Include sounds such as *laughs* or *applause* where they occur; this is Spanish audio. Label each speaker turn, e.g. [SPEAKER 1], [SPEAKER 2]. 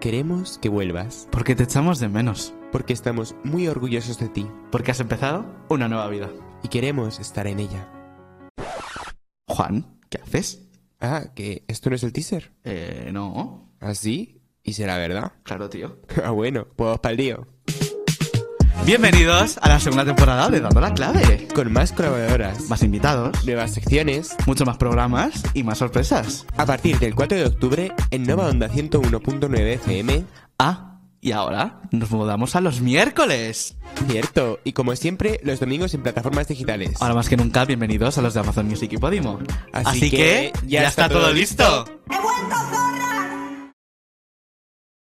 [SPEAKER 1] Queremos que vuelvas,
[SPEAKER 2] Porque te echamos de menos.
[SPEAKER 1] porque estamos muy orgullosos de ti
[SPEAKER 2] Porque has empezado una nueva vida.
[SPEAKER 1] y queremos estar en ella.
[SPEAKER 2] Juan, ¿qué haces?
[SPEAKER 1] Ah, que esto no es el teaser.
[SPEAKER 2] Eh, no.
[SPEAKER 1] ¿Así? ¿Y será verdad? *laughs*
[SPEAKER 2] Claro, tío.
[SPEAKER 1] Ah, bueno, pues pa'l lío.
[SPEAKER 2] Bienvenidos a la segunda temporada de Dando la Clave.
[SPEAKER 1] Con más colaboradoras,
[SPEAKER 2] Más invitados,
[SPEAKER 1] nuevas secciones,
[SPEAKER 2] mucho más programas y más sorpresas.
[SPEAKER 1] a partir del 4 de octubre en Nova Onda 101.9 FM.
[SPEAKER 2] Ah, y ahora nos mudamos a los miércoles.
[SPEAKER 1] Cierto, y como siempre, los domingos en plataformas digitales.
[SPEAKER 2] Ahora más que nunca, bienvenidos a los de Amazon Music y Podimo.
[SPEAKER 1] Así que, ya está todo listo.
[SPEAKER 3] ¡He vuelto!